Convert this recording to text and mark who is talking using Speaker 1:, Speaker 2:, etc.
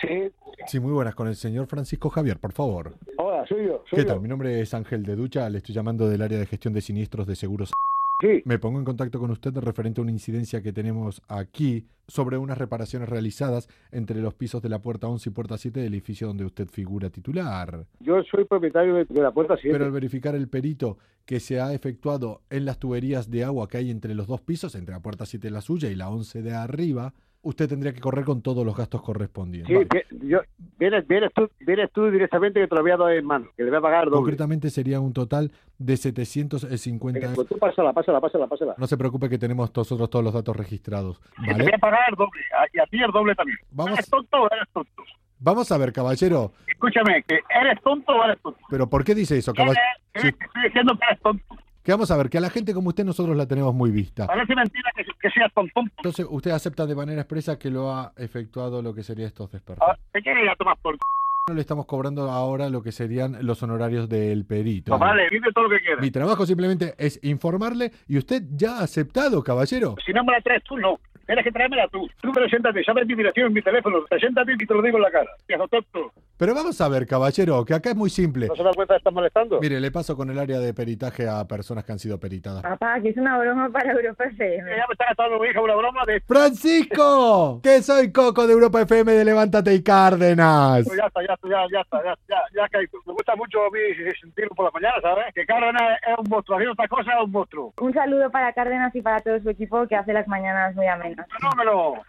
Speaker 1: ¿sí?
Speaker 2: Sí, muy buenas, con el señor Francisco Javier, por favor.
Speaker 1: Hola, soy yo. Soy
Speaker 2: ¿Qué
Speaker 1: yo.
Speaker 2: tal? Mi nombre es Ángel de Ducha, le estoy llamando del área de gestión de siniestros de seguros.
Speaker 1: Sí.
Speaker 2: Me pongo en contacto con usted referente a una incidencia que tenemos aquí sobre unas reparaciones realizadas entre los pisos de la puerta 11 y puerta 7 del edificio donde usted figura titular.
Speaker 1: Yo soy propietario de, de la puerta 7.
Speaker 2: Pero al verificar el perito que se ha efectuado en las tuberías de agua que hay entre los dos pisos, entre la puerta 7 de la suya y la 11 de arriba, usted tendría que correr con todos los gastos correspondientes.
Speaker 1: Sí,
Speaker 2: Vale.
Speaker 1: vi- yo, vienes, vienes, tú, vienes tú directamente que te lo voy a dar en mano, que le voy a pagar doble.
Speaker 2: Concretamente sería un total de
Speaker 1: Venga,
Speaker 2: 750
Speaker 1: pues tú pásala, pásala, pásala, pásala.
Speaker 2: No se preocupe que tenemos nosotros todos los datos registrados.
Speaker 3: Que te voy
Speaker 2: ¿vale?
Speaker 3: a pagar doble, a- y a ti el doble también.
Speaker 2: Vamos,
Speaker 3: ¿Eres tonto o eres tonto?
Speaker 2: vamos a ver, caballero.
Speaker 3: Escúchame, que eres tonto o eres tonto.
Speaker 2: ¿Pero por qué dice eso,
Speaker 3: Eres,
Speaker 2: caballero?
Speaker 3: eres-
Speaker 2: Sí.
Speaker 3: te estoy diciendo que eres tonto.
Speaker 2: Que vamos a ver, que a la gente como usted nosotros la tenemos muy vista.
Speaker 3: Parece mentira que, que seas tonto.
Speaker 2: Entonces, usted acepta de manera expresa que lo ha efectuado lo que sería estos
Speaker 3: Ah,
Speaker 2: desperfectos.
Speaker 3: Te quieres ir a tomar por c***.
Speaker 2: No le estamos cobrando ahora lo que serían los honorarios del perito.
Speaker 3: Vale, vive todo lo que quieras.
Speaker 2: Mi trabajo simplemente es informarle y usted ya ha aceptado, caballero.
Speaker 3: Si no me la traes tú, no. Tienes que traérmela tú. Tú preséntate, sabes mi dirección, mi teléfono. Preséntate y te lo digo en la cara. Viejo tonto.
Speaker 2: Pero vamos a ver, caballero, que acá es muy simple.
Speaker 1: ¿No se da cuenta que estás molestando?
Speaker 2: Mire, le paso con el área de peritaje a personas que han sido peritadas.
Speaker 4: Papá, que es una broma para Europa FM.
Speaker 3: Ya me está gastando mi hija una broma de...
Speaker 2: Francisco, que soy Coco de Europa FM de Levántate y Cárdenas.
Speaker 3: Pues Ya está, ya está, ya, ya está, ya, ya, ya caído. Me gusta mucho a mí sentirlo por la mañana, ¿sabes? Que Cárdenas es un monstruo, haciendo otra cosa es un monstruo.
Speaker 4: Un saludo para Cárdenas y para todo su equipo que hace las mañanas muy amenas.
Speaker 3: Fenómeno.